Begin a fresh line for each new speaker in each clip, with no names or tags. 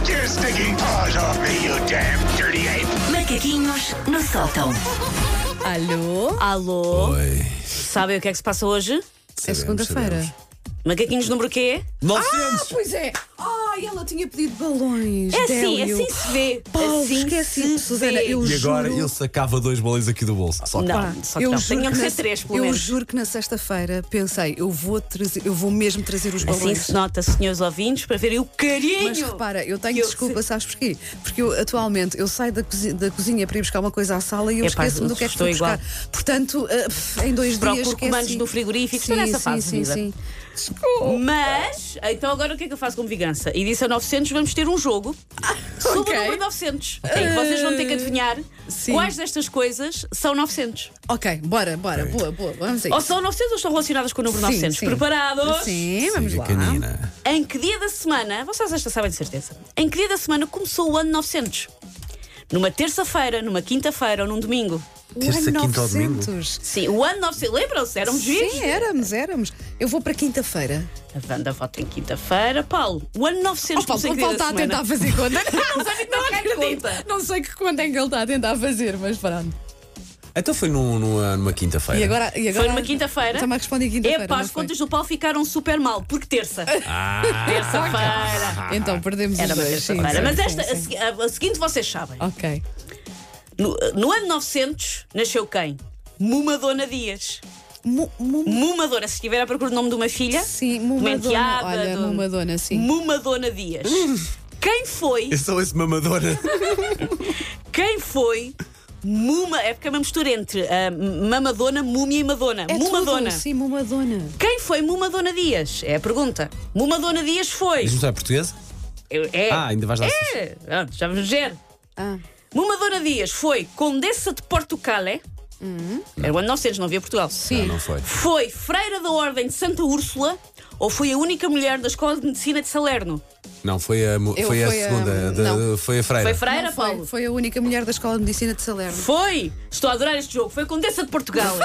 taking paws off me, you damn dirty ape!
Macaquinhos no sótão.
Alô?
Alô?
Oi.
Sabem o que é que se passa hoje?
É segunda-feira.
Macaquinhos número quê?
900!
Pois é. Ai, ela tinha pedido balões.
É assim,
Délio.
assim se vê.
Paulo,
assim
esqueci.
se
Susana,
vê.
eu
e agora
juro.
ele sacava dois balões aqui do bolso. Só que
Não,
Pá,
só que não.
juro
Tinham que
na-
ser três, pelo
Eu
menos.
juro que na sexta-feira pensei, eu vou, trazer, eu vou mesmo trazer os balões.
Assim se nota, senhores ouvintes, para verem o carinho.
Mas repara, eu tenho
que eu
desculpa,
sei.
sabes porquê? Porque eu atualmente eu saio da cozinha, da cozinha para ir buscar uma coisa à sala e eu
Epá,
esqueço-me do que é que
estou
fui buscar.
igual.
Portanto, eh, pff, em dois
Procuro
dias. esqueci.
comandos no frigorífico, estou
Sim,
nessa
sim,
fase de
sim,
vida.
sim.
Oh. Mas, então agora o que é que eu faço com vingança? E disse a 900, vamos ter um jogo sobre
ok.
o número 900. Em que vocês vão ter que adivinhar
sim.
quais destas coisas são 900.
Ok, bora, bora, boa, boa, vamos aí.
Ou são 900 ou estão relacionadas com o número
Sim,
900.
sim.
Preparados?
Sim, É, vamos
Siga,
lá.
canina.
Em que dia da semana, vocês esta sabem de certeza, em que dia da semana começou o ano 900? Numa terça-feira, numa quinta-feira ou num domingo?
O
Terça,
ano
quinta ou domingo?
900.
Sim, o ano 900, lembram-se? Éramos vivos.
Sim, éramos, éramos. Eu vou para quinta-feira.
A Wanda vota em quinta-feira. Paulo, o ano 900
Oh, Paulo,
começou em
o
que dia
Paulo
da
está a
semana?
tentar fazer conta. Não sei,
Não acredita.
Não sei que quando é que ele está a tentar fazer, mas pronto.
Então foi num- numa, numa quinta-feira.
E agora, e agora
Foi numa quinta-feira.
Também respondi quinta-feira.
Epá,
não
as
foi?
contas do Paulo ficaram super mal, porque terça.
Ah,
Terça-feira.
Então perdemos
Era
os
uma
dois. sim,
terça-feira.
sim,
Mas
sim,
esta, a
sim.
se- a, a seguinte vocês sabem.
Ok.
No, no ano 900 nasceu quem? Mumadona Dias.
Mu- mu-
Mumadona, se estiver à procura do nome de uma filha.
Sim,
de uma
Mumadona.
enteada,
Olha,
de-
Mumadona, sim. Hum.
Mumadona Dias. Quem foi?
eu sou esse mamadora.
Quem foi? Muma, é porque é uma mistura entre ah, Mamadona, Múmia e Madonna.
É
Mumadona.
tudo, Sim, Mumadona.
Quem foi Mumadona Dias? É a pergunta. Mumadona Dias foi.
Diz-me só, é portuguesa?
Eu- É.
Ah, ainda vais dar
É. Ah, Já vamos ver.
Ah,
Mumadona Dias foi Condessa de Porto Calé. Era o ano 900, não havia Portugal.
Hum. sim.
Não, não foi.
Foi freira da Ordem de Santa Úrsula ou foi a única mulher da Escola de Medicina de Salerno?
Não, foi a, mo-
Eu
foi a
fui a-
segunda. da-
não.
foi a freira.
Foi freira,
Não foi,
Paulo?
foi a única mulher da Escola de Medicina de Salerno.
Foi! Estou a adorar este jogo. Foi Condessa de Portugal.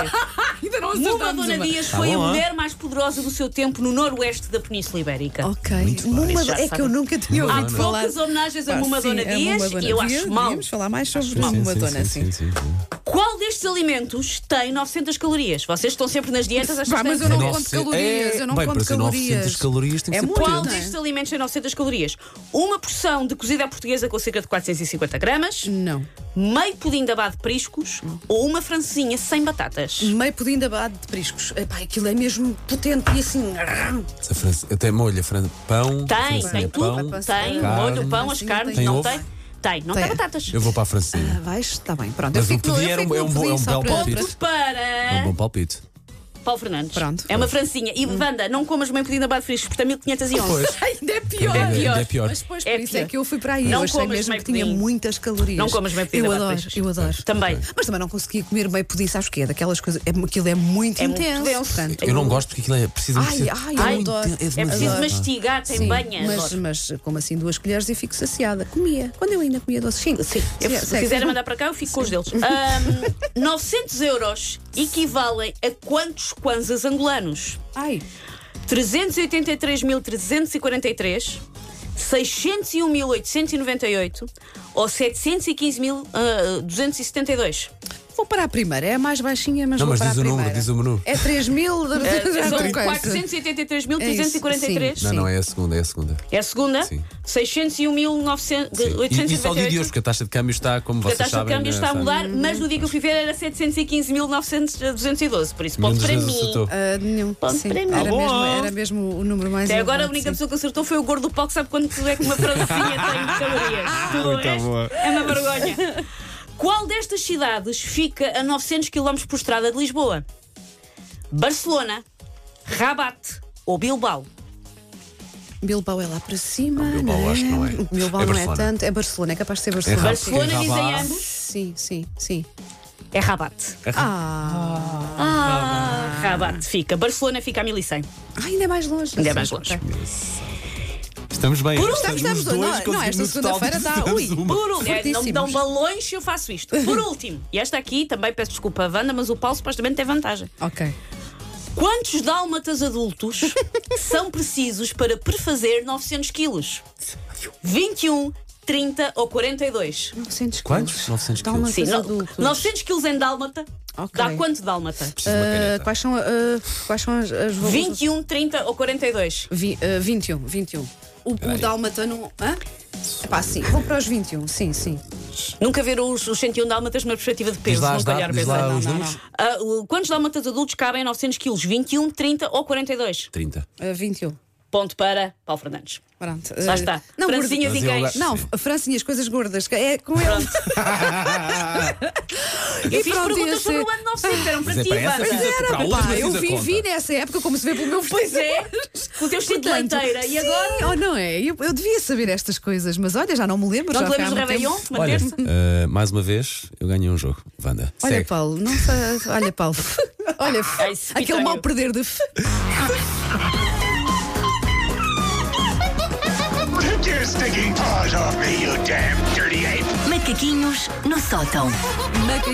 Ainda não
Muma Dona Dias
Tá
foi a
bom, ah.
mulher mais poderosa do seu tempo no noroeste da Península Ibérica.
Ok.
bem.
Mumadona-
Isso já
É que
sabe.
eu nunca tinha
Há
ouvido
Mumadona.
falar.
poucas homenagens a
Pá,
Muma
sim,
Dona
a
Dias
Mumadona
e eu
Dias,
acho mal.
Devíamos falar mais sobre
Sim,
a
sim, sim,
Mumadona,
sim,
né? sim.
sim, sim.
Qual destes alimentos tem 900 calorias? Vocês estão sempre nas dietas, acho
Pá,
que
mas
têm
eu não
que saber.
conto
900
calorias, eu não
Bem,
conto
para ser 900
calorias.
calorias tem que
É
ser
muito,
Qual
não é?
potente.
destes alimentos tem 900 calorias? Uma porção de cozida à portuguesa com cerca de 450 gramas,
Não.
meio pudim de abado de priscos ou uma francesinha sem batatas?
Meio pudim de abade de priscos. Epá, aquilo é mesmo potente e assim.
Essa França- Até molho, Fran- pão.
Tem,
francesinha, é
tem tudo.
pão,
Tem
carne.
molho, pão, as
Sim,
carnes,
tem
não
ovo.
tem? Tem, não tem,
Tem.
batatas.
Eu vou para a francinha.
Vais? Está Tá bem, pronto.
Mas
eu
o
fico no-
pedi
eu
era um-
fico
é
no
um bom- é um
pudim só
belo
para-
palpite.
para-
Ponto para
Um bom palpite.
Paulo Fernandes.
Pronto.
É uma francinha. E Wanda, não comas meio pudim de abado de priscos, porque está 1511.
Pois.
Ainda é pior.
É pior.
É pior.
Mas depois,
É
por isso
pior.
é que eu fui para aí.
Não
eu achei
comas
mesmo
meio
que tinha
pudim.
muitas calorias.
Não comas meio pudim
Eu
de
adoro,
batatas.
eu adoro.
Também.
Mas também não conseguia comer meio pudim, sabes o quê? Daquelas coisas. é- Aquilo é muito
É muito
intenso.
denso.
portanto.
Eu não gosto porque aquilo é preciso.
Ai,
precisa-
ai,
tão
ai,
intenso,
adoro.
É
demasiado.
preciso mastigar, tem banha.
Mas,
É Adoro.
mas como assim duas colheres e fico saciada. Comia. Quando eu ainda comia doces. Sim, sim.
Eu, se quiserem mandar para cá, eu fico com os deles. Ahm, 900 euros equivalem a quantos kwanzas angolanos?
Ai,
383.343, 601.898 ou ah, 715.272?
vou para a primeira. É a mais baixinha, mas
Não,
vou
mas
para
diz
a
o
primeira.
número, diz o menu.
É 3 mil.
São
É
483.343.
Não, não, é a segunda, é a segunda.
É a segunda?
Sim.
601.898.
E, e só digo de hoje, porque a taxa de câmbio está, como
Porque a
vocês
taxa de
sabem.
câmbio
né,
está a
sabe?
mudar, mas no dia que eu fui ver era 715.912. Por isso,
Nenhum
ponto para
dos dois
mim.
acertou.
Ah, nenhum.
Ponto
Sim.
para mim.
Era,
Tá bom,
mesmo,
ó.
era mesmo o número mais
Até agora a
elevado,
única
sim.
pessoa que acertou foi o gordo do palco, que sabe quanto é que uma francinha tem de calorias. Tudo o
Muito
resto
boa.
É uma vergonha. Qual destas cidades fica a 900 km por estrada de Lisboa? Barcelona, Rabat ou Bilbao?
Bilbao é lá para cima.
Bilbao
é?
acho que não é.
Bilbao
É
não é
Barcelona.
tanto. É Barcelona, é capaz de ser Barcelona.
Rabat.
sim.
Barcelona
Rabat.
dizem ambos.
Sim, sim, sim.
É Rabat.
Ah,
Ah, Rabat fica. Barcelona fica a 1100.
Ah, ainda é mais longe.
Ainda é mais longe.
Ok.
Ah. Estamos bem.
Por um-
Estamos,
Estamos
dois,
estamos, não, não, esta
conseguimos
segunda-feira está.
tal,
Ui,
fizemos uma.
Por último, é, não me dão
Fortíssimos.
balões se eu faço isto. Por último, e esta aqui também peço desculpa à Wanda, mas o Paulo supostamente tem vantagem.
Ok.
Quantos dálmatas adultos são precisos para prefazer 900 quilos? 21, 30 um, ou 42.
900
Quantos?
quilos.
900
Dá uma
quilos.
Sim,
coisa
no-
adultos.
900 quilos em dálmata.
Ok.
Dá quanto dálmata?
Preciso de uma
Ah,
caneta.
quais são, ah, quais são as, as valores?
21, 30 um, ou 42?
Vi, ah, 21, 21. O, o
Peraí.
dálmata não. Hã? Epá, sim, vou para os 21, sim, sim.
Nunca viram os, os 101 dálmatas numa perspectiva de
Diz
peso,
lá,
não
as da-
calhar
diz lá
pesar.
os
não,
números.
Ah, o- quantos dálmatas adultos cabem a 900 quilos? 21, 30 ou 42?
30.
Ah, 21.
Ponto para Paulo Fernandes.
Pronto.
Já
ah,
está.
Não,
Francinha
Mas
gordo-
de
eu
quem?
agora-
Não, a Francinha, as coisas gordas. que É com ele.
Eu fiz
pronto,
perguntas
ia
sobre
ser-
o ano um 900, eram para
Mas é
ti,
para essa
Wanda.
fiz a- para a outra
Pá,
fiz
eu
a
vivi
conta.
nessa época como se vê pelo meu
Pois
Facebook.
é, com o teu estilo de
Portanto,
leiteira. E
sim,
agora?
ou não é? Eu, eu devia saber estas coisas, mas olha, já não me lembro.
Não
já
te
foi há
lembras do
muito tempo.
Réveillon? Uma
Olha,
terça?
ah, mais uma vez, eu ganhei um jogo. Wanda.
Olha,
segue.
Paulo, não fa... Olha, Paulo. Olha, f-
Ai, então se
aquele
pitanho.
mal perder de. f-
Take your stinking paws off me, you damn dirty ape!
Macaquinhos no sótão.
Macaquinhos.